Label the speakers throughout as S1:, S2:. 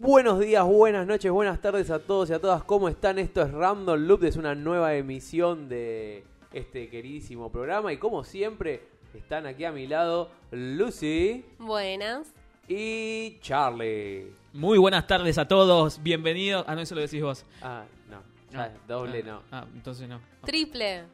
S1: Buenos días, buenas noches, buenas tardes a todos y a todas. ¿Cómo están? Esto es Random Loop, es una nueva emisión de este queridísimo programa. Y como siempre, están aquí a mi lado Lucy
S2: Buenas.
S1: y Charlie.
S3: Muy buenas tardes a todos, bienvenidos. Ah, no, eso lo decís vos.
S1: Ah, no, ya, doble no.
S3: Ah, entonces no.
S2: Triple.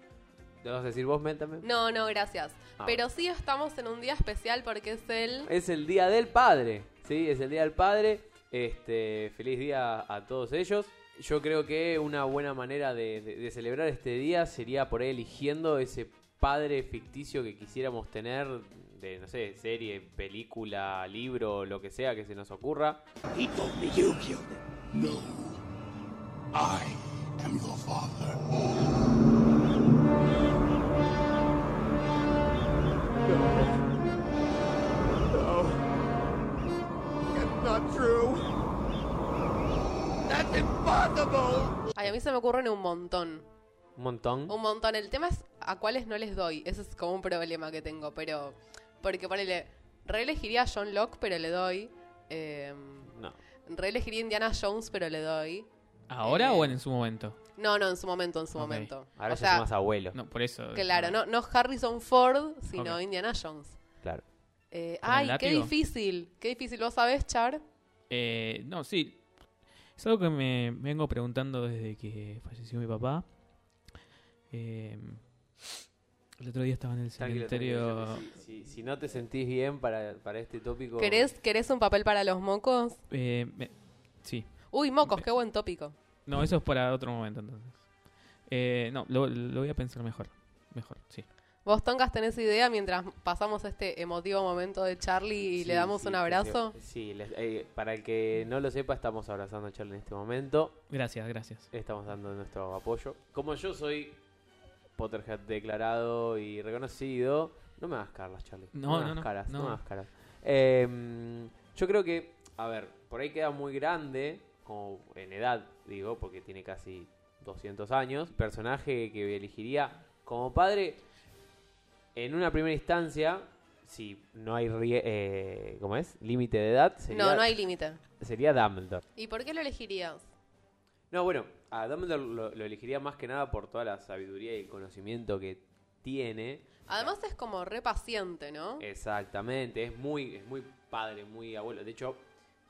S1: ¿Lo vas a decir vos, Men, también?
S2: No, no, gracias.
S1: Ah.
S2: Pero sí estamos en un día especial porque es el...
S1: Es el Día del Padre, ¿sí? Es el Día del Padre. Este, feliz día a todos ellos. Yo creo que una buena manera de, de- de celebrar este día sería por ahí eligiendo ese padre ficticio que quisiéramos tener de, no sé, serie, película, libro, lo que sea que se nos ocurra.
S4: He told me you killed him. No. I am your father. No. It's not true. That's impossible.
S2: Ay, a mí se me ocurren un montón.
S1: Un montón.
S2: Un montón. El tema es a cuáles no les doy. Ese es como un problema que tengo, pero... Porque ponele... Reelegiría a John Locke, pero le doy. Eh,
S1: No.
S2: reelegiría a Indiana Jones, pero le doy.
S3: ¿Ahora
S2: Eh.
S3: o en su momento?
S2: No, no, en su momento, en su
S3: Ok.
S2: momento.
S1: Ahora ya
S2: o sea,
S1: somos abuelo.
S3: No, por eso.
S2: claro, no, no Harrison Ford, sino
S3: Ok.
S2: Indiana Jones.
S1: Claro.
S2: Eh,
S3: ¿Con el
S2: ay, qué
S3: látigo?
S2: difícil. Qué difícil. ¿Vos sabés, Char?
S3: Eh, no, sí. Es algo que me vengo preguntando desde que falleció mi papá. Eh, el otro día estaba en el
S1: Tranquilo,
S3: cementerio.
S1: tranquilo. Si, si- si no te sentís bien para, para este tópico...
S2: ¿Querés, ¿Querés un papel para los mocos?
S3: Eh, me- sí.
S2: Uy, mocos, qué buen tópico.
S3: No, eso es para otro momento entonces. Eh, no, lo, lo voy a pensar mejor. Mejor, sí.
S2: Vos, Tonkas, tenés idea mientras pasamos este emotivo momento de Charlie y
S1: Sí,
S2: le damos
S1: sí,
S2: un
S1: te-
S2: abrazo.
S1: Sí, les- eh, para el que no lo sepa, estamos abrazando a Charlie en este momento.
S3: Gracias, gracias.
S1: Estamos dando nuestro apoyo. Como yo soy Potterhead declarado y reconocido, no me hagas caras, Charlie.
S3: No,
S1: me
S3: no,
S1: hagas
S3: no,
S1: caras, no.
S3: no.
S1: me hagas caras. Eh, yo creo que, a ver, por ahí queda muy grande, como en edad, digo, porque tiene casi 200 años. Personaje que elegiría como padre, en una primera instancia, si no hay, rie- eh, ¿cómo es? Límite de edad, sería,
S2: No, no hay límite.
S1: sería Dumbledore.
S2: ¿Y por qué lo elegirías?
S1: No, bueno, a Dumbledore lo, lo elegiría más que nada por toda la sabiduría y el conocimiento que tiene.
S2: Además es como re paciente, ¿no?
S1: Eh, Exactamente, es muy, es muy padre, muy abuelo. De hecho,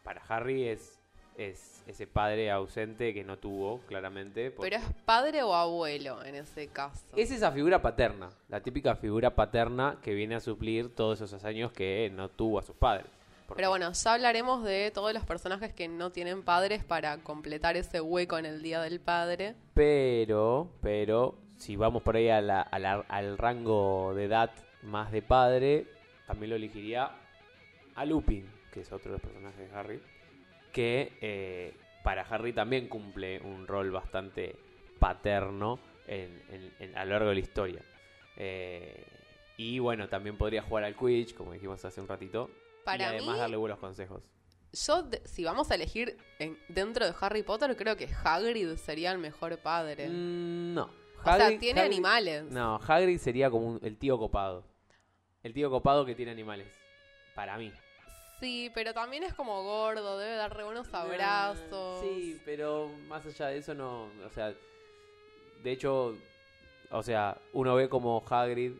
S1: para Harry es, es ese padre ausente que no tuvo, claramente. porque-
S2: Pero es padre o abuelo en ese caso.
S1: es esa figura paterna, la típica figura paterna que viene a suplir todos esos años que no tuvo a sus padres. Porque-
S2: Pero bueno, ya hablaremos de todos los personajes que no tienen padres para completar ese hueco en el Día del Padre.
S1: Pero, pero, si vamos por ahí a la- a la- al rango de edad más de padre, también lo elegiría a Lupin, que es otro de los personajes de Harry, que eh, para Harry también cumple un rol bastante paterno en- en- en- a lo largo de la historia. Eh, y bueno, también podría jugar al Quidditch, como dijimos hace un ratito, y
S2: Para
S1: además
S2: mí,
S1: darle buenos consejos.
S2: yo, de- si vamos a elegir en- dentro de Harry Potter, creo que Hagrid sería el mejor padre.
S1: Mm, no.
S2: o sea,
S1: Hagrid-
S2: tiene
S1: Hagrid-
S2: animales.
S1: No, Hagrid sería como un- el tío copado. El tío copado que tiene animales. Para mí.
S2: Sí, pero también es como gordo, debe dar re buenos abrazos.
S1: Sí, pero más allá de eso no, o sea, de hecho, o sea, uno ve como Hagrid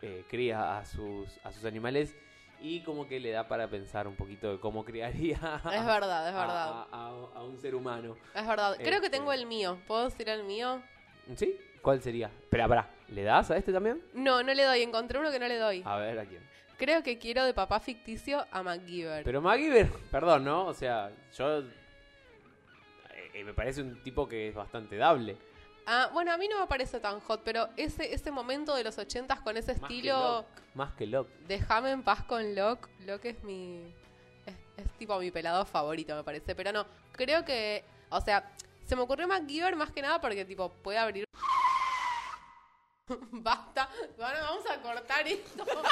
S1: eh, cría a sus a sus animales y como que le da para pensar un poquito de cómo criaría.
S2: Es verdad, es
S1: a-
S2: verdad.
S1: A, a- a un ser humano.
S2: Es verdad. Creo
S1: ah, Este-
S2: que tengo el mío. ¿Puedo decir el mío?
S1: ¿Sí? ¿Cuál sería? Espera, pará. ¿Le das a este también?
S2: No, no le doy. Encontré uno que no le doy.
S1: A ver a quién.
S2: Creo que quiero de papá ficticio a MacGyver.
S1: Pero MacGyver, perdón, ¿no? O sea, yo. eh, me parece un tipo que es bastante dable.
S2: Ah, bueno, a mí no me parece tan hot, pero ese, ese momento de los ochentas con ese
S1: Más que
S2: estilo...
S1: Locke, Más que Locke.
S2: Déjame en paz con Locke. Locke es mi. Es, es tipo mi pelado favorito, me parece. Pero no, creo que. O sea, se me ocurrió MacGyver más que nada porque, tipo, puede abrir. Basta. Bueno, vamos a cortar esto. Son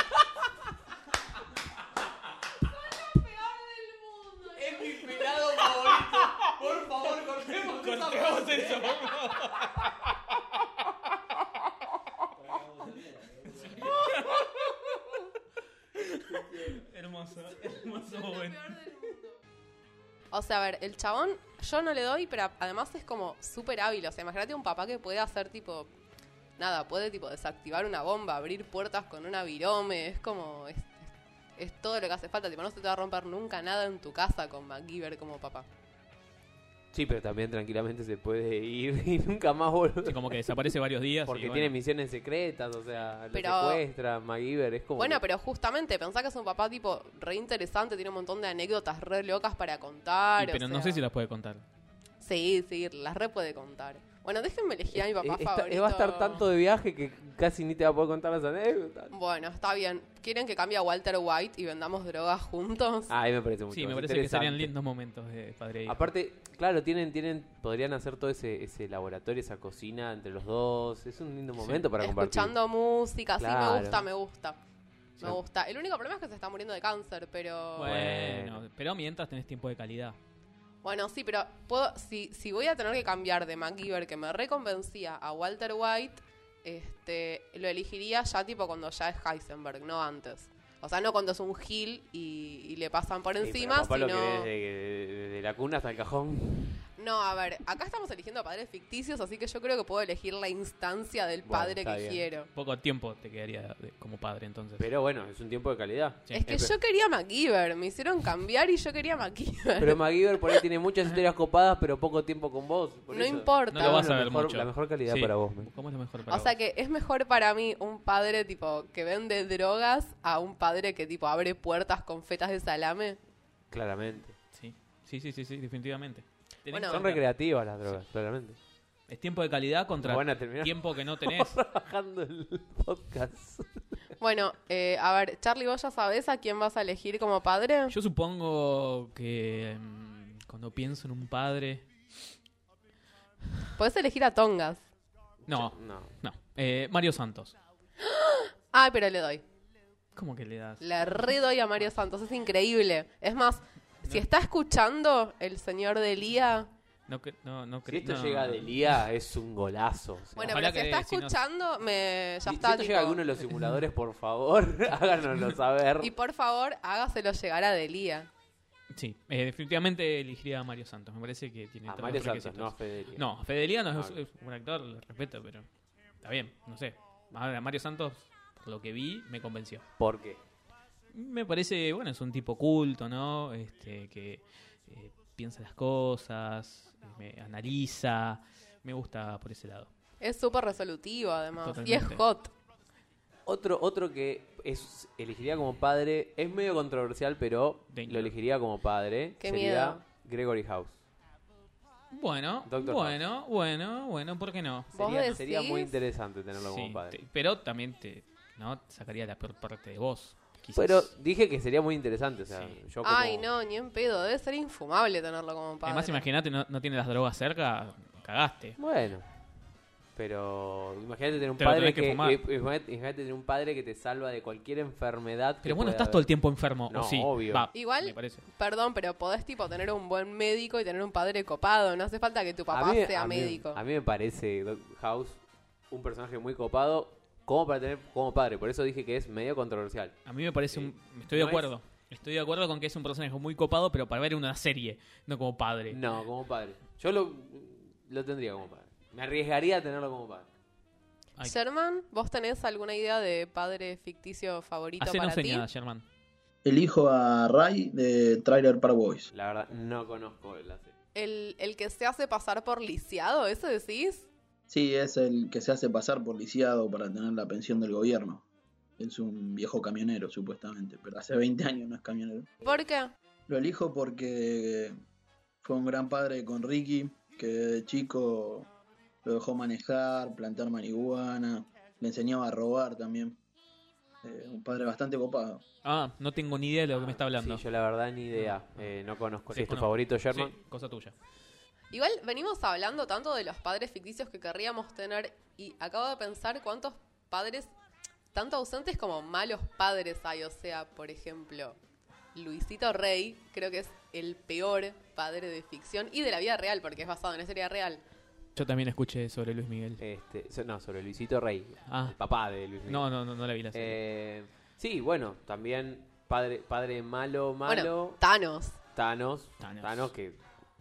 S2: lo peor del mundo.
S1: Es mi pelado favorito. Por favor, cortemos, eso.
S3: Hermoso,
S2: Son lo peor del mundo. O sea, a ver, el chabón yo no le doy, pero a- además es como súper hábil. O sea, imagínate un papá que puede hacer tipo... Nada, puede tipo desactivar una bomba, abrir puertas con una virome. Es como... Es, es todo lo que hace falta. Tipo, no se te va a romper nunca nada en tu casa con MacGyver como papá.
S1: Sí, pero también tranquilamente se puede ir y nunca más volver.
S3: Sí, como que desaparece varios días. y
S1: Porque
S3: bueno.
S1: tiene misiones secretas, o sea, lo
S2: Pero-
S1: secuestra, MacGyver, es como...
S2: Bueno,
S1: que-
S2: pero justamente, pensá que es un papá tipo re interesante, tiene un montón de anécdotas re locas para contar.
S3: Y- pero
S2: o
S3: no sé
S2: sea.
S3: si las puede contar.
S2: Sí, sí, las re puede contar. Bueno, déjenme elegir a mi
S1: es-
S2: papá
S1: está-
S2: favorito.
S1: eh, va a estar tanto de viaje que casi ni te va a poder contar las anécdotas.
S2: Bueno, está bien. ¿Quieren que cambie a Walter White y vendamos drogas juntos?
S1: Ah, ahí me parece mucho
S3: Sí, me
S1: más
S3: parece que serían
S1: interesante.
S3: lindos momentos de padre e hijo.
S1: Aparte, claro, tienen, tienen, podrían hacer todo ese, ese laboratorio, esa cocina entre los dos. Es un lindo momento para compartir.
S2: Escuchando música, sí,
S1: Claro.
S2: me gusta, me gusta. Me
S1: Sí.
S2: gusta. El único problema es que se está muriendo de cáncer, pero... Bueno,
S3: bueno,
S1: Bueno.
S3: pero mientras tenés tiempo de calidad.
S2: sí, pero puedo, si, si voy a tener que cambiar de MacGyver, que me reconvencía, a Walter White, este, lo elegiría ya tipo cuando ya es Heisenberg, no antes. O sea, no cuando es un Gil y, y le pasan por
S1: Sí, pero
S2: encima,
S1: papá
S2: sino...
S1: lo que ve desde, desde la cuna hasta el cajón.
S2: No, a ver, acá estamos eligiendo a padres ficticios, así que yo creo que puedo elegir la instancia del
S1: Bueno,
S2: padre
S1: está
S2: que
S1: bien.
S2: quiero.
S3: Poco tiempo te quedaría de- como padre entonces.
S1: Pero bueno, es un tiempo de calidad.
S3: Sí.
S2: Es que
S1: Epe.
S2: yo quería MacGyver, me hicieron cambiar y yo quería MacGyver.
S1: Pero MacGyver por ahí tiene muchas historias copadas, pero poco tiempo con vos. por
S2: no
S1: eso.
S2: importa.
S3: No lo vas a
S1: La
S3: ver
S1: mejor-
S3: mucho.
S1: la mejor calidad para vos, men.
S3: ¿Cómo es lo mejor para
S2: o sea
S3: vos?
S2: que es mejor para mí un padre tipo que vende drogas a un padre que tipo abre puertas con fetas de salame.
S1: Claramente.
S3: Sí. sí, sí, sí, sí, definitivamente. Tenés
S2: Bueno.
S3: que
S1: Son
S3: bancar.
S1: recreativas las drogas, claramente.
S3: Es tiempo de calidad contra
S1: No van a terminar
S3: tiempo que no tenés.
S1: trabajando el podcast.
S2: Bueno, eh, a ver, Charlie, vos ya sabés a quién vas a elegir como padre.
S3: Yo supongo que mm, cuando pienso en un padre...
S2: Podés elegir a Tongas.
S3: No,
S1: No.
S3: no. Eh, Mario Santos.
S2: Ah, pero le doy.
S3: ¿Cómo que le das?
S2: Le redoy a Mario Santos, es increíble. Es más, si está escuchando el señor de Lía,
S3: No, cre- no, no
S1: Si
S3: cre-
S1: esto
S3: no.
S1: llega de Lía, es un golazo. o sea.
S2: bueno,
S3: Ojalá
S2: pero si
S3: que
S2: está
S3: si nos-
S2: escuchando, me
S1: Si-
S2: ya
S1: si
S2: está.
S1: esto llega a
S2: tipo-
S1: alguno de los simuladores, por favor, háganoslo saber.
S2: Y por favor, hágaselo llegar a Delía.
S3: Sí, eh, definitivamente elegiría a Mario Santos. Me parece que tiene
S1: A
S3: todos
S1: Ah, Mario
S3: los
S1: Santos, no Ah, a
S3: requisitos.
S1: Federico.
S3: No, Federico no es,
S1: No.
S3: es un actor, lo respeto, pero está bien, no sé. Ahora, Mario Santos, por lo que vi, me convenció.
S1: ¿Por qué?
S3: Me parece, bueno, es un tipo culto, ¿no? Este, que eh, piensa las cosas, eh, me analiza, me gusta por ese lado.
S2: Es súper resolutivo, además. Y es
S3: Totalmente.
S2: hot.
S1: Otro, otro que es, elegiría como padre, es medio controversial, pero
S3: Venga.
S1: lo elegiría como padre.
S2: Qué
S1: sería
S2: miedo.
S1: Gregory House.
S3: Bueno,
S1: Doctor
S3: bueno, bueno, bueno, ¿por qué no?
S2: ¿Vos
S1: Sería,
S2: decís?
S1: sería muy interesante tenerlo
S3: Sí,
S1: como padre.
S3: te- pero también te, ¿no? Te sacaría la peor parte de vos, quizás.
S1: Pero dije que sería muy interesante, o sea,
S3: Sí.
S1: yo como...
S2: Ay, no, ni en pedo. Debe ser infumable tenerlo como padre.
S3: Además, imagínate, no, no tiene las drogas cerca, cagaste.
S1: Bueno. Pero imagínate tener un
S3: Te lo
S1: padre
S3: tenés
S1: que,
S3: que fumar.
S1: eh, imagínate imagínate tener un padre que te salva de cualquier enfermedad. que
S3: Pero
S1: pueda
S3: bueno, estás
S1: haber.
S3: todo el tiempo enfermo,
S1: No,
S3: o sí.
S1: obvio.
S3: va,
S2: Igual-
S3: me parece.
S2: Perdón, pero podés tipo tener un buen médico y tener un padre copado. No hace falta que tu papá
S1: A mí-
S2: sea
S1: a mí-
S2: médico.
S1: A mí me parece Doc House un personaje muy copado como para tener como padre, por eso dije que es medio controversial.
S3: A mí me
S1: Sí.
S3: parece un. Estoy de
S1: No es-
S3: acuerdo. Estoy de acuerdo con que es un personaje muy copado, pero para ver una serie, no como padre.
S1: No, como padre. Yo lo, lo tendría como padre. Me arriesgaría a tenerlo como padre.
S3: Ay.
S2: Sherman, ¿vos tenés alguna idea de padre ficticio favorito
S3: Hacenos
S2: para ti?
S3: señas, Germán.
S5: Elijo a Ray de Trailer Park Boys.
S1: La verdad, no conozco la serie.
S2: El, el que se hace pasar por lisiado, ¿eso decís?
S5: Sí, es el que se hace pasar por lisiado para tener la pensión del gobierno. Es un viejo camionero, supuestamente, pero hace 20 años no es camionero.
S2: ¿Por qué?
S5: Lo elijo porque fue un gran padre con Ricky, que de chico lo dejó manejar, plantar marihuana, le enseñaba a robar también. Eh, un padre bastante copado.
S3: Ah, no tengo ni idea de lo que me está hablando.
S1: Sí, yo la verdad ni idea. Eh, no conozco.
S3: Sí,
S1: si es tu
S3: conozco.
S1: favorito, Sherman.
S3: Sí, cosa tuya.
S2: Igual venimos hablando tanto de los padres ficticios que querríamos tener y acabo de pensar cuántos padres, tanto ausentes como malos padres hay. O sea, por ejemplo, Luisito Rey creo que es el peor padre de ficción y de la vida real porque es basado en la serie real.
S3: Yo también escuché sobre Luis Miguel.
S1: Este, so- no, sobre Luisito Rey.
S3: Ah.
S1: El papá de Luis Miguel.
S3: no, no, no, no la vi la serie.
S1: Eh, sí, bueno, también padre, padre malo,
S2: Bueno,
S1: malo.
S2: Thanos.
S1: Thanos.
S3: Thanos.
S1: Thanos. que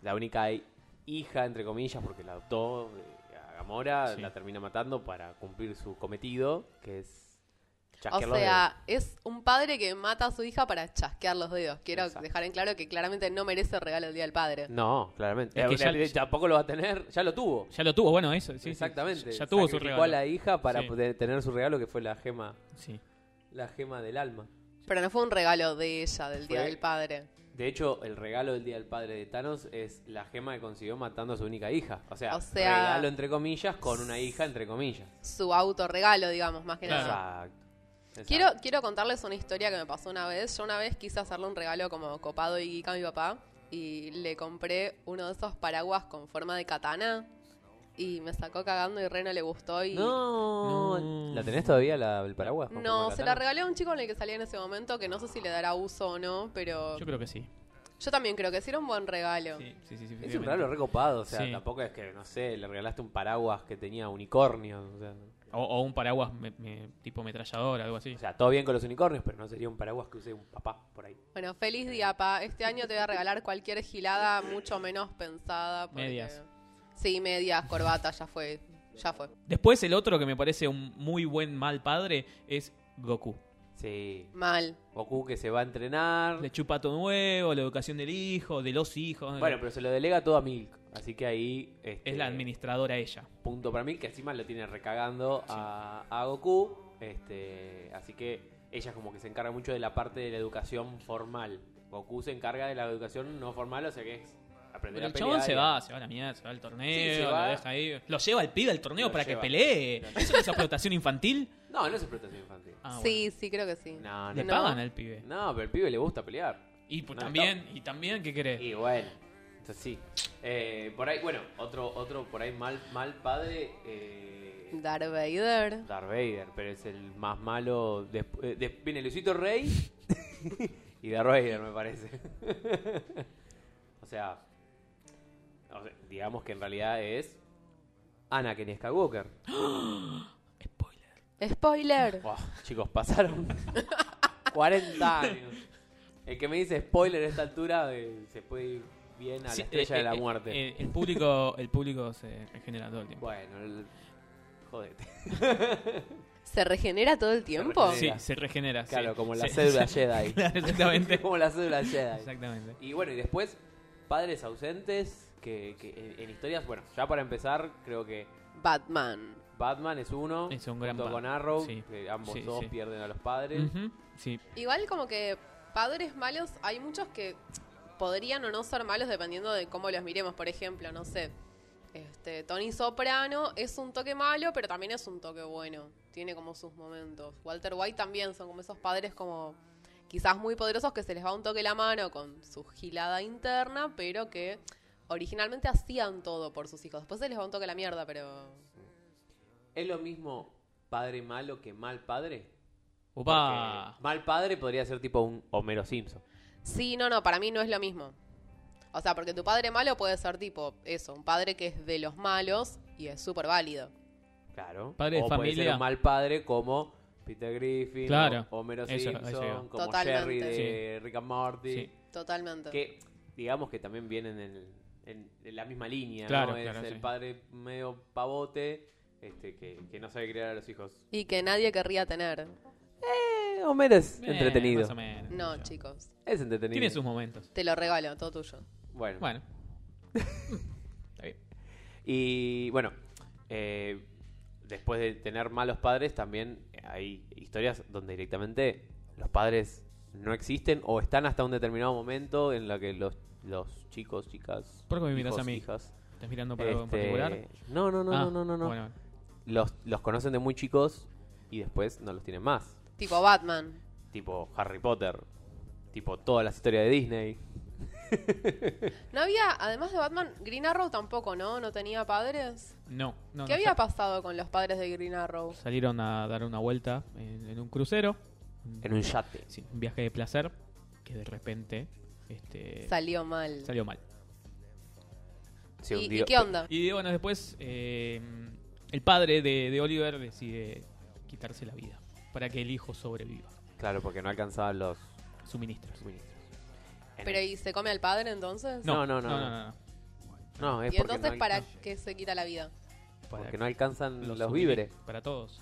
S1: la única hi- hija, entre comillas, porque la adoptó eh, a Gamora,
S3: Sí.
S1: la termina matando para cumplir su cometido, que es
S2: O
S1: chasquear los dedos.
S2: sea, es un padre que mata a su hija para chasquear los dedos. Quiero
S1: Exacto.
S2: dejar en claro que claramente no merece el regalo del Día del Padre.
S1: No, claramente.
S3: Es que
S1: Eh,
S3: ya-
S1: eh, tampoco lo va a tener, ya lo tuvo.
S3: Ya lo tuvo, bueno, eso. sí, sí,
S1: Exactamente.
S3: Ya, ya tuvo su
S1: Sacrificó
S3: regalo.
S1: a la hija para
S3: Sí.
S1: poder tener su regalo, que fue la gema,
S3: Sí.
S1: la gema del alma.
S2: Pero no fue un regalo de ella del Día
S1: Fue-
S2: del Padre.
S1: De hecho, el regalo del Día del Padre de Thanos es la gema que consiguió matando a su única hija. O sea,
S2: O sea-
S1: regalo entre comillas con una hija entre comillas.
S2: Su autorregalo, digamos, más que
S3: Claro.
S2: nada.
S1: Exacto. Exacto.
S2: Quiero, quiero contarles una historia que me pasó una vez. Yo una vez quise hacerle un regalo como copado y geek a mi papá y le compré uno de esos paraguas con forma de katana y me sacó cagando y re no le gustó y...
S1: No.
S3: No.
S1: ¿La tenés todavía la- el paraguas? con forma
S2: No,
S1: de
S2: se la
S1: katana?
S2: regalé a un chico con el que salía en ese momento que no sé si le dará uso o no, pero
S3: Yo
S2: yo,
S3: creo que sí.
S2: también creo que sí era un buen regalo.
S3: Sí, sí, sí. sí,
S1: Es un
S3: efectivamente.
S1: regalo recopado, o sea,
S3: Sí.
S1: tampoco es que, no sé, le regalaste un paraguas que tenía unicornios. O sea,
S3: O, o un paraguas me- me- tipo metrallador, algo así.
S1: o sea, todo bien con los unicornios, pero no sería un paraguas que use un papá por ahí.
S2: Bueno, feliz día, pa. Este año te voy a regalar cualquier gilada mucho menos pensada. porque-
S3: Medias.
S2: Sí, medias, corbata, ya fue. Ya fue.
S3: Después el otro que me parece un muy buen mal padre es Goku.
S1: Sí.
S2: Mal.
S1: Goku que se va a entrenar.
S3: Le chupa todo nuevo, la educación del hijo, de los hijos.
S1: Bueno, pero se lo delega todo a Milk. Así que ahí. este,
S3: es la administradora ella.
S1: Punto para Milk, que encima lo tiene recagando a, a Goku. Este, así que ella, como que se encarga mucho de la parte de la educación formal. Goku se encarga de la educación no formal, o sea que es aprender
S3: Pero el
S1: a pelear.
S3: chabón se
S1: y-
S3: va, se va a la mierda, se va al torneo,
S1: Sí, se
S3: lo
S1: va.
S3: deja ahí. Lo lleva al pibe al torneo
S1: Lo
S3: para
S1: lleva.
S3: que pelee. ¿Eso no es explotación infantil?
S1: No, no es explotación infantil.
S3: Ah,
S2: sí, sí, creo que sí.
S1: No,
S3: bueno.
S1: no,
S3: Le
S1: no.
S3: pagan al pibe.
S1: No, pero al pibe le gusta pelear.
S3: Y pues,
S1: No,
S3: también, y también, ¿qué querés?
S1: Y bueno, entonces sí. Eh, por ahí, bueno, otro, otro por ahí mal, mal padre. eh,
S2: Darth Vader.
S1: Darth Vader, pero es el más malo. desp- eh, des- viene Luisito Rey y Darth Vader, me parece. o, sea, o sea, digamos que en realidad es Anakin Skywalker.
S3: Spoiler.
S2: Spoiler.
S1: Buah, chicos, pasaron 40 años. El que me dice spoiler a esta altura eh, se puede ir bien a
S3: Sí,
S1: la estrella
S3: eh,
S1: de la
S3: eh,
S1: muerte.
S3: eh, el público, el público se regenera todo el tiempo.
S1: Bueno, el- jodete.
S3: Ah,
S2: ¿Se regenera todo el tiempo?
S1: regenera.
S3: Sí, se regenera. sí.
S1: Claro, como la
S3: Se-
S1: cédula Jedi.
S3: Claro, exactamente.
S1: Como la cédula Jedi.
S3: Exactamente.
S1: Y bueno, y después, padres ausentes, que, que en, en historias, bueno, ya para empezar, creo que
S2: Batman.
S1: Batman es uno,
S3: Es un gran
S1: junto
S3: pa-
S1: con Arrow,
S3: sí.
S1: que ambos
S3: Sí,
S1: dos
S3: sí.
S1: pierden a los padres.
S3: Ujú, Sí,
S2: Igual como que padres malos, hay muchos que podrían o no ser malos dependiendo de cómo los miremos. Por ejemplo, no sé, este Tony Soprano es un toque malo, pero también es un toque bueno. Tiene como sus momentos. Walter White también son como esos padres como quizás muy poderosos que se les va un toque la mano con su gilada interna, pero que originalmente hacían todo por sus hijos. Después se les va un toque la mierda, pero...
S1: ¿Es lo mismo padre malo que mal padre?
S3: Opa.
S1: Porque Mal padre podría ser tipo un Homero Simpson.
S2: Sí, no, no, para mí no es lo mismo. O sea, porque tu padre malo puede ser tipo eso, un padre que es de los malos y es súper válido.
S1: Claro.
S3: Padre de
S1: o puede ser
S3: familia.
S1: un mal padre como Peter Griffin,
S3: Claro.
S1: o Homero
S3: Eso, eso
S1: Simpson,
S3: iba.
S1: como
S2: Totalmente.
S1: Jerry de Rick and Morty.
S3: Sí.
S2: Totalmente.
S1: que digamos que también vienen en, en- en la misma línea,
S3: Claro,
S1: ¿no? Es
S3: claro,
S1: el
S3: sí.
S1: padre medio pavote este, que, que no sabe criar a los hijos.
S2: Y que nadie querría tener.
S1: Eh, Homero es
S3: Eh,
S1: entretenido.
S3: más o menos,
S2: No,
S3: qué sé yo.
S2: chicos.
S1: Es entretenido.
S3: Tiene sus momentos.
S2: Te lo regalo, todo tuyo.
S1: Bueno.
S3: Bueno. Está bien.
S1: Y bueno, eh, después de tener malos padres, también hay historias donde directamente los padres no existen o están hasta un determinado momento en la que los, los chicos, chicas,
S3: ¿Por qué me miras
S1: hijos,
S3: a mí?
S1: hijas,
S3: ¿Estás mirando para algo en
S1: este,
S3: particular?
S1: No, no, no,
S3: Ah,
S1: no, no, no, no.
S3: bueno, bueno.
S1: los, los conocen de muy chicos y después no los tienen más.
S2: Tipo Batman.
S1: Tipo Harry Potter, tipo todas las historias de Disney.
S2: No había, además de Batman, Green Arrow tampoco, ¿no? No tenía padres.
S3: No, no,
S2: ¿Qué
S3: no,
S2: había
S3: sa-
S2: pasado con los padres de Green Arrow?
S3: Salieron a dar una vuelta en, en un crucero.
S1: En un yate.
S3: Sí, un viaje de placer que de repente este,
S2: Salió mal.
S3: salió mal.
S1: Se
S2: ¿Y- ¿Y,
S1: hundió.
S2: qué onda?
S3: Y bueno, después eh, el padre de, de Oliver decide quitarse la vida para que el hijo sobreviva.
S1: Claro, porque no alcanzaban los
S3: Suministros.
S1: suministros. en
S2: Pero
S1: el-
S2: ¿y se come al padre entonces?
S1: No, no, no,
S3: no,
S1: no.
S3: no, no.
S1: No, es
S2: ¿Y
S1: porque
S2: entonces
S1: no,
S2: para
S1: alca-
S2: qué se quita la vida?
S3: Para
S1: porque no alcanzan los,
S3: utili-
S1: víveres
S3: Para todos.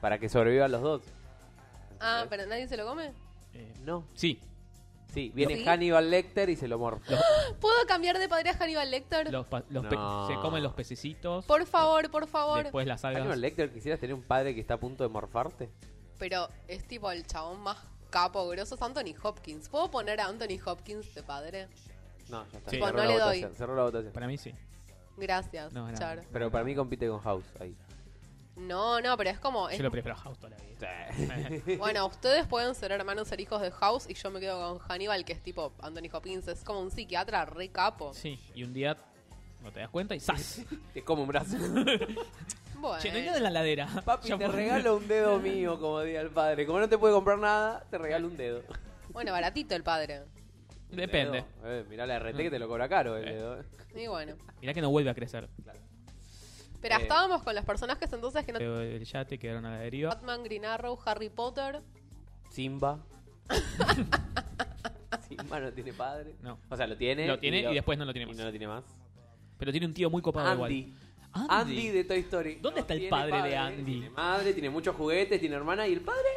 S1: para que sobrevivan los dos.
S2: Ah,
S1: ¿Entendés?
S2: pero nadie se lo come.
S3: Eh,
S1: No.
S3: sí,
S1: Sí, viene
S2: ¿Sí?
S1: Hannibal Lecter y se lo morfa.
S2: ¿Puedo cambiar de padre a Hannibal Lecter?
S3: los pa- los pe-
S1: No.
S3: se comen los pececitos.
S2: Por favor, por favor.
S3: Después las algas.
S1: Hannibal Lecter, ¿quisieras tener un padre que está a punto de morfarte?
S2: Pero es tipo el chabón más capo, grosso, es Anthony Hopkins. ¿Puedo poner a Anthony Hopkins de padre?
S1: No, ya está. Cerró,
S3: Sí.
S2: Tipo, Pues no
S1: la
S2: le doy.
S1: votación, cerró la votación.
S3: Para mí sí.
S2: Gracias,
S3: No, no.
S2: Char.
S1: Pero para mí compite con House ahí.
S2: No, no, pero es como... es-
S3: Yo lo prefiero a House toda la vida.
S2: Bueno, ustedes pueden ser hermanos, ser hijos de House y yo me quedo con Hannibal, que es tipo Anthony Hopkins. Es como un psiquiatra re capo.
S3: Sí, y un día no te das cuenta y ¡zas!
S1: Te como un brazo.
S2: Bueno,
S3: Che, no hay nada en la ladera.
S1: Papi,
S3: Ya
S1: te
S3: por-
S1: regalo un dedo mío, como diría el padre. Como no te puede comprar nada, te regalo un dedo.
S2: bueno, baratito el padre.
S3: Depende.
S1: Dedo. Eh, mirá la RT que te lo cobra caro el
S3: Eh.
S1: dedo.
S2: Y bueno.
S3: Mirá que no vuelve a crecer.
S2: Pero
S1: Eh.
S2: estábamos con los personajes entonces que no...
S3: Pero el yate quedaron a la deriva.
S2: Batman, Green Arrow, Harry Potter.
S1: Simba. Simba no tiene padre.
S3: No.
S1: O sea, lo tiene.
S3: Lo tiene y después no lo
S1: y
S3: tiene
S1: no
S3: más.
S1: lo tiene más.
S3: Pero tiene un tío muy copado
S1: Andy.
S3: igual.
S1: Andy. de Toy Story.
S3: ¿Dónde está el
S1: tiene
S3: padre de Andy?
S1: Tiene madre, tiene muchos juguetes, tiene hermana y el padre.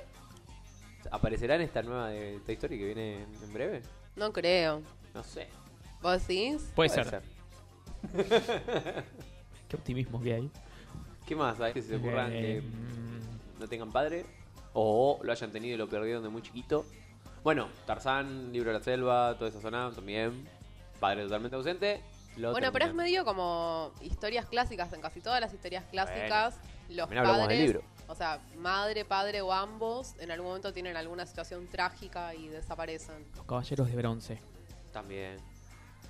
S1: ¿Aparecerá en esta nueva de Toy Story que viene en en breve?
S2: No creo.
S1: No sé.
S2: ¿Vos decís?
S3: Puede ser. Qué optimismo que hay.
S1: ¿Qué más hay que se ocurran
S3: Eh,
S1: que
S3: mm,
S1: no tengan padre? O lo hayan tenido y lo perdieron de muy chiquito. Bueno, Tarzán, Libro de la Selva, toda esa zona también. Padre totalmente ausente. Lo
S2: Bueno, pero es
S1: terminan.
S2: medio como historias clásicas, en casi todas las historias clásicas, los
S1: también hablamos
S2: padres,
S1: del libro.
S2: o sea, madre, padre o ambos, en algún momento tienen alguna situación trágica y desaparecen.
S3: los caballeros de bronce.
S1: También.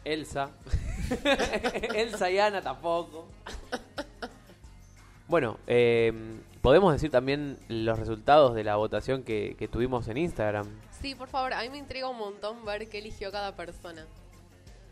S1: Elsa. Elsa y Ana tampoco. Bueno, eh, podemos decir también los resultados de la votación que, que tuvimos en Instagram.
S2: Sí, por favor, a mí me intriga un montón ver qué eligió cada persona.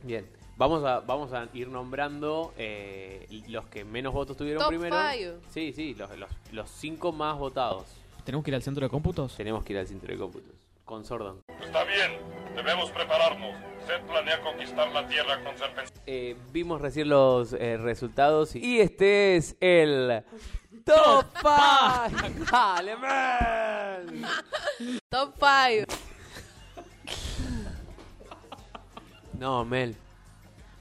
S1: Bien. Vamos a, vamos a ir nombrando eh, los que menos votos tuvieron
S2: Top
S1: primero.
S2: five.
S1: Sí, sí, los, los, los cinco más votados.
S3: ¿Tenemos que ir al centro de cómputos?
S1: Tenemos que ir al centro de cómputos. Con Sordon.
S6: Está bien, debemos prepararnos. Zed planea conquistar la Tierra con serpentinas
S1: Eh, vimos recién los eh, resultados y- y este es el Top 5 Alemán.
S2: Top 5.
S1: No, Mel.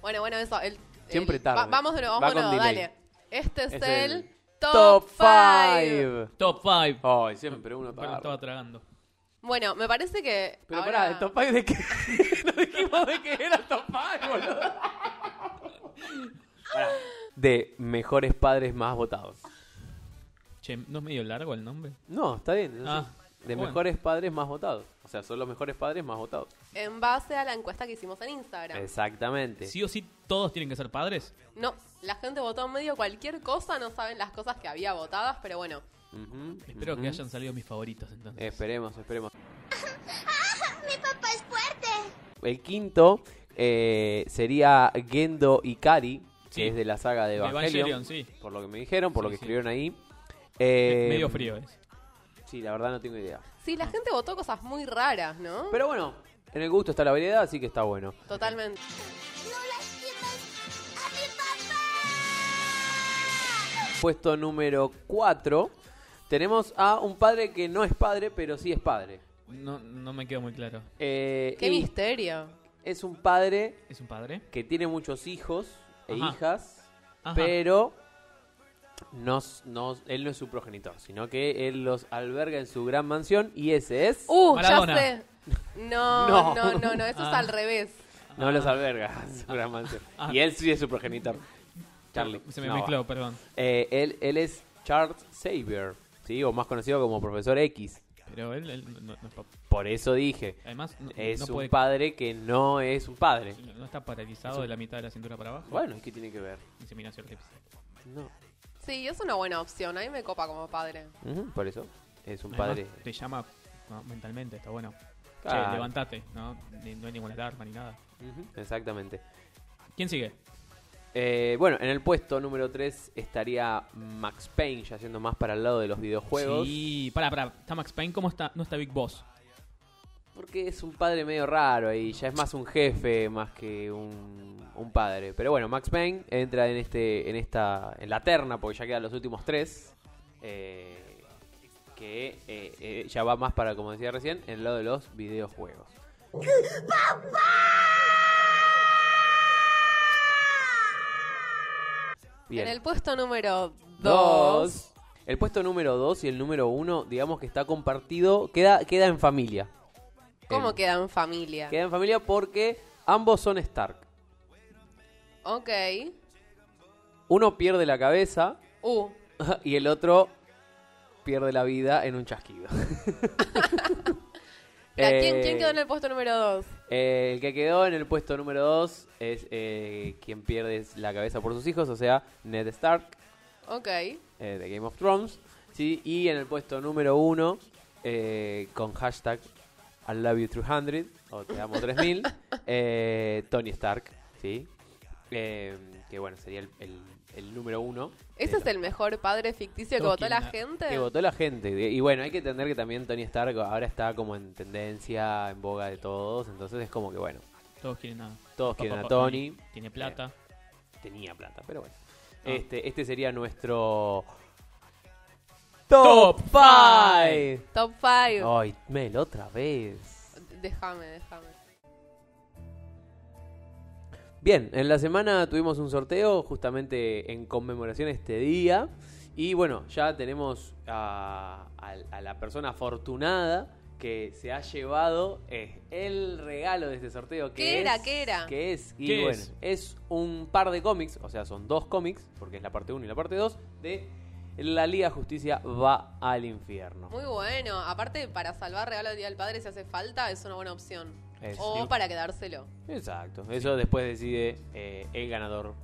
S2: Bueno, bueno, eso. El,
S1: Siempre
S2: el-
S1: tarde.
S2: va- vamos de nuevo,
S1: Va
S2: vamos de
S1: con
S2: nuevo,
S1: delay.
S2: dale. Este es,
S1: Es
S2: el,
S1: el
S2: Top 5.
S1: five.
S3: Top 5.
S1: Ay, siempre uno
S3: Bueno,
S1: tarda.
S3: estaba tragando.
S2: Bueno, me parece que.
S1: Pero
S2: ahora-
S1: pará, ¿el Top 5 de qué? no dijimos de qué era el Top 5, boludo. Pará. De mejores padres más votados.
S3: Che, ¿no es medio largo el nombre?
S1: No, está bien. no
S3: Ah,
S1: sé. de
S3: bueno.
S1: mejores padres más votados. O sea, son los mejores padres más votados.
S2: En base a la encuesta que hicimos en Instagram.
S1: Exactamente.
S3: ¿Sí o sí todos tienen que ser padres?
S2: No, la gente votó medio cualquier cosa, no saben las cosas que había votadas, pero bueno.
S1: Ujú,
S3: Espero
S1: ujú.
S3: que hayan salido mis favoritos entonces.
S1: Esperemos, esperemos.
S7: Mi papá es fuerte.
S1: El quinto eh, sería Gendo Ikari,
S3: Sí.
S1: que es de la saga de
S3: De
S1: Evangelion.
S3: Evangelion, sí.
S1: Por lo que me dijeron, por lo
S3: Sí,
S1: que
S3: sí.
S1: escribieron ahí. Eh,
S3: medio frío es.
S1: Sí, la verdad no tengo idea.
S2: Sí, la gente votó cosas muy raras, ¿no?
S1: Ah. Pero bueno, en el gusto está la variedad, así que está bueno.
S2: Totalmente.
S7: No lastimes a mi papá.
S1: Puesto número 4, tenemos a un padre que no es padre, pero sí es padre.
S3: No, no me quedó muy claro.
S1: Eh,
S2: Qué
S1: y
S2: misterio.
S1: es un padre
S3: ¿Es un padre?
S1: que tiene muchos hijos e
S3: Ajá.
S1: hijas,
S3: Ajá.
S1: pero no, s- no- él no es su progenitor, sino que él los alberga en su gran mansión y ese es...
S2: Uh,
S3: Maradona.
S2: ya sé. No, no,
S1: No.
S2: no, no, eso es
S3: Ah.
S2: al revés.
S1: No los alberga en su gran mansión. Y él sí es su progenitor. Charlie.
S3: Se me
S1: no,
S3: mezcló,
S1: va.
S3: perdón.
S1: Eh, él, él es Charles Xavier, ¿sí? o más conocido como Profesor X.
S3: Pero él, él no, no es papá.
S1: Por eso dije,
S3: Además, no,
S1: es
S3: no
S1: un
S3: puede.
S1: padre que no es un padre.
S3: No está paralizado de la mitad de la cintura para abajo.
S1: Bueno, ¿y qué tiene que ver?
S3: Inseminación artificial.
S1: No.
S2: Sí, es una buena opción. A mí me copa como padre.
S1: Ujú, por eso, es un
S3: Además,
S1: padre.
S3: Te llama no, mentalmente, está bueno.
S1: Ah.
S3: Che, levantate, ¿no? Ni- no hay ninguna alarma ni nada.
S1: Ujú, Exactamente.
S3: ¿Quién sigue?
S1: Eh, bueno, en el puesto número 3 estaría Max Payne, ya yendo más para el lado de los videojuegos.
S3: Sí, para, para. Está Max Payne, ¿cómo está? No está Big Boss.
S1: Porque es un padre medio raro y ya es más un jefe más que un, un padre. Pero bueno, Max Payne entra en este en esta en la terna porque ya quedan los últimos tres. eh, que eh, eh, ya va más para, como decía recién, en el lado de los videojuegos. Bien.
S2: En el puesto número 2.
S1: Dos. El puesto número 2 y el número 1, digamos que está compartido, queda, queda en familia.
S2: ¿Cómo
S1: El-
S2: queda en familia?
S1: Queda en familia porque ambos son Stark.
S2: Ok.
S1: Uno pierde la cabeza
S2: Uh,
S1: y el otro pierde la vida en un chasquido.
S2: Mirá, ¿quién,
S1: Eh,
S2: quién quedó en el puesto número 2?
S1: eh, el que quedó en el puesto número 2 es eh, quien pierde la cabeza por sus hijos, o sea, Ned Stark
S2: Ok.
S1: eh, de Game of Thrones. ¿sí? Y en el puesto número 1, con hashtag I love you 300 o te amo 3000, eh, Tony Stark. ¿sí? Eh, que bueno, sería el, el- el número 1.
S2: ¿Ese
S1: eh,
S2: es el mejor padre ficticio que
S3: Todos
S2: votó la
S3: quieren
S2: gente?
S1: Que votó la gente. De- Y bueno, hay que entender que también Tony Stark ahora está como en tendencia, en boga de todos. Entonces es como que bueno,
S3: Todos quieren a,
S1: todos
S3: pa-
S1: quieren
S3: pa-
S1: a
S3: pa-
S1: Tony. Eh,
S3: Tiene plata.
S1: Tenía plata, pero bueno.
S3: Ah.
S1: Este, este sería nuestro.
S3: Top
S1: ¡Top 5!
S2: Top 5.
S1: Ay, Mel, otra vez.
S2: Déjame, déjame.
S1: Bien, en la semana tuvimos un sorteo justamente en conmemoración a este día. Y bueno, ya tenemos a, a- a la persona afortunada que se ha llevado eh, el regalo de este sorteo. Que
S2: ¿Qué
S1: es,
S2: era? ¿Qué era?
S1: Que es, y
S3: ¿Qué
S1: bueno,
S3: es?
S1: es? un par de cómics, o sea, son dos cómics, porque es la parte 1 y la parte 2, de La Liga Justicia va al infierno.
S2: Muy bueno. Aparte, para salvar regalo del Día del Padre, si hace falta, es una buena opción.
S1: Es-
S2: O para quedárselo.
S1: Exacto, eso después decide eh, el ganador.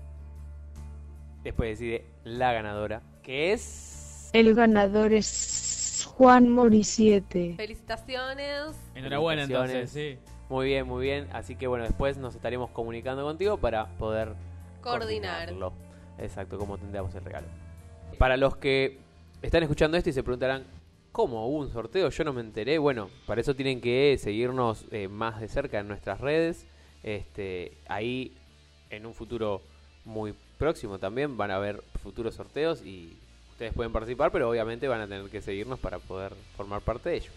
S1: Después decide la ganadora, que es...
S8: El ganador es Juan Morisiete.
S2: Felicitaciones.
S3: Enhorabuena entonces,
S1: Felicitaciones.
S3: sí.
S1: Muy bien, muy bien. Así que bueno, después nos estaremos comunicando contigo para poder
S2: Coordinar.
S1: coordinarlo. Exacto, cómo tendremos el regalo. Para los que están escuchando esto y se preguntarán, ¿cómo hubo un sorteo? Yo no me enteré. Bueno, para eso tienen que seguirnos eh, más de cerca en nuestras redes. Este, ahí, en un futuro muy próximo también, van a haber futuros sorteos y ustedes pueden participar, pero obviamente van a tener que seguirnos para poder formar parte de ello.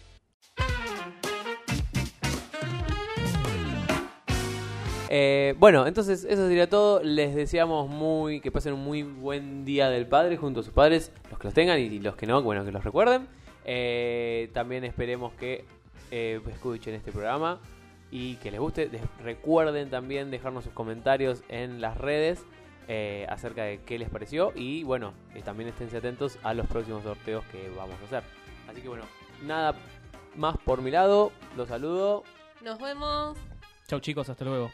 S1: Eh, bueno, entonces eso sería todo. Les deseamos muy que pasen un muy buen día del padre junto a sus padres, los que los tengan y los que no, bueno, que los recuerden. Eh, también esperemos que eh, escuchen este programa y que les guste. Des- recuerden también dejarnos sus comentarios en las redes eh, acerca de qué les pareció y bueno, eh, también esténse atentos a los próximos sorteos que vamos a hacer. Así que bueno, nada más por mi lado. Los saludo.
S2: Nos vemos.
S3: Chau chicos, hasta luego.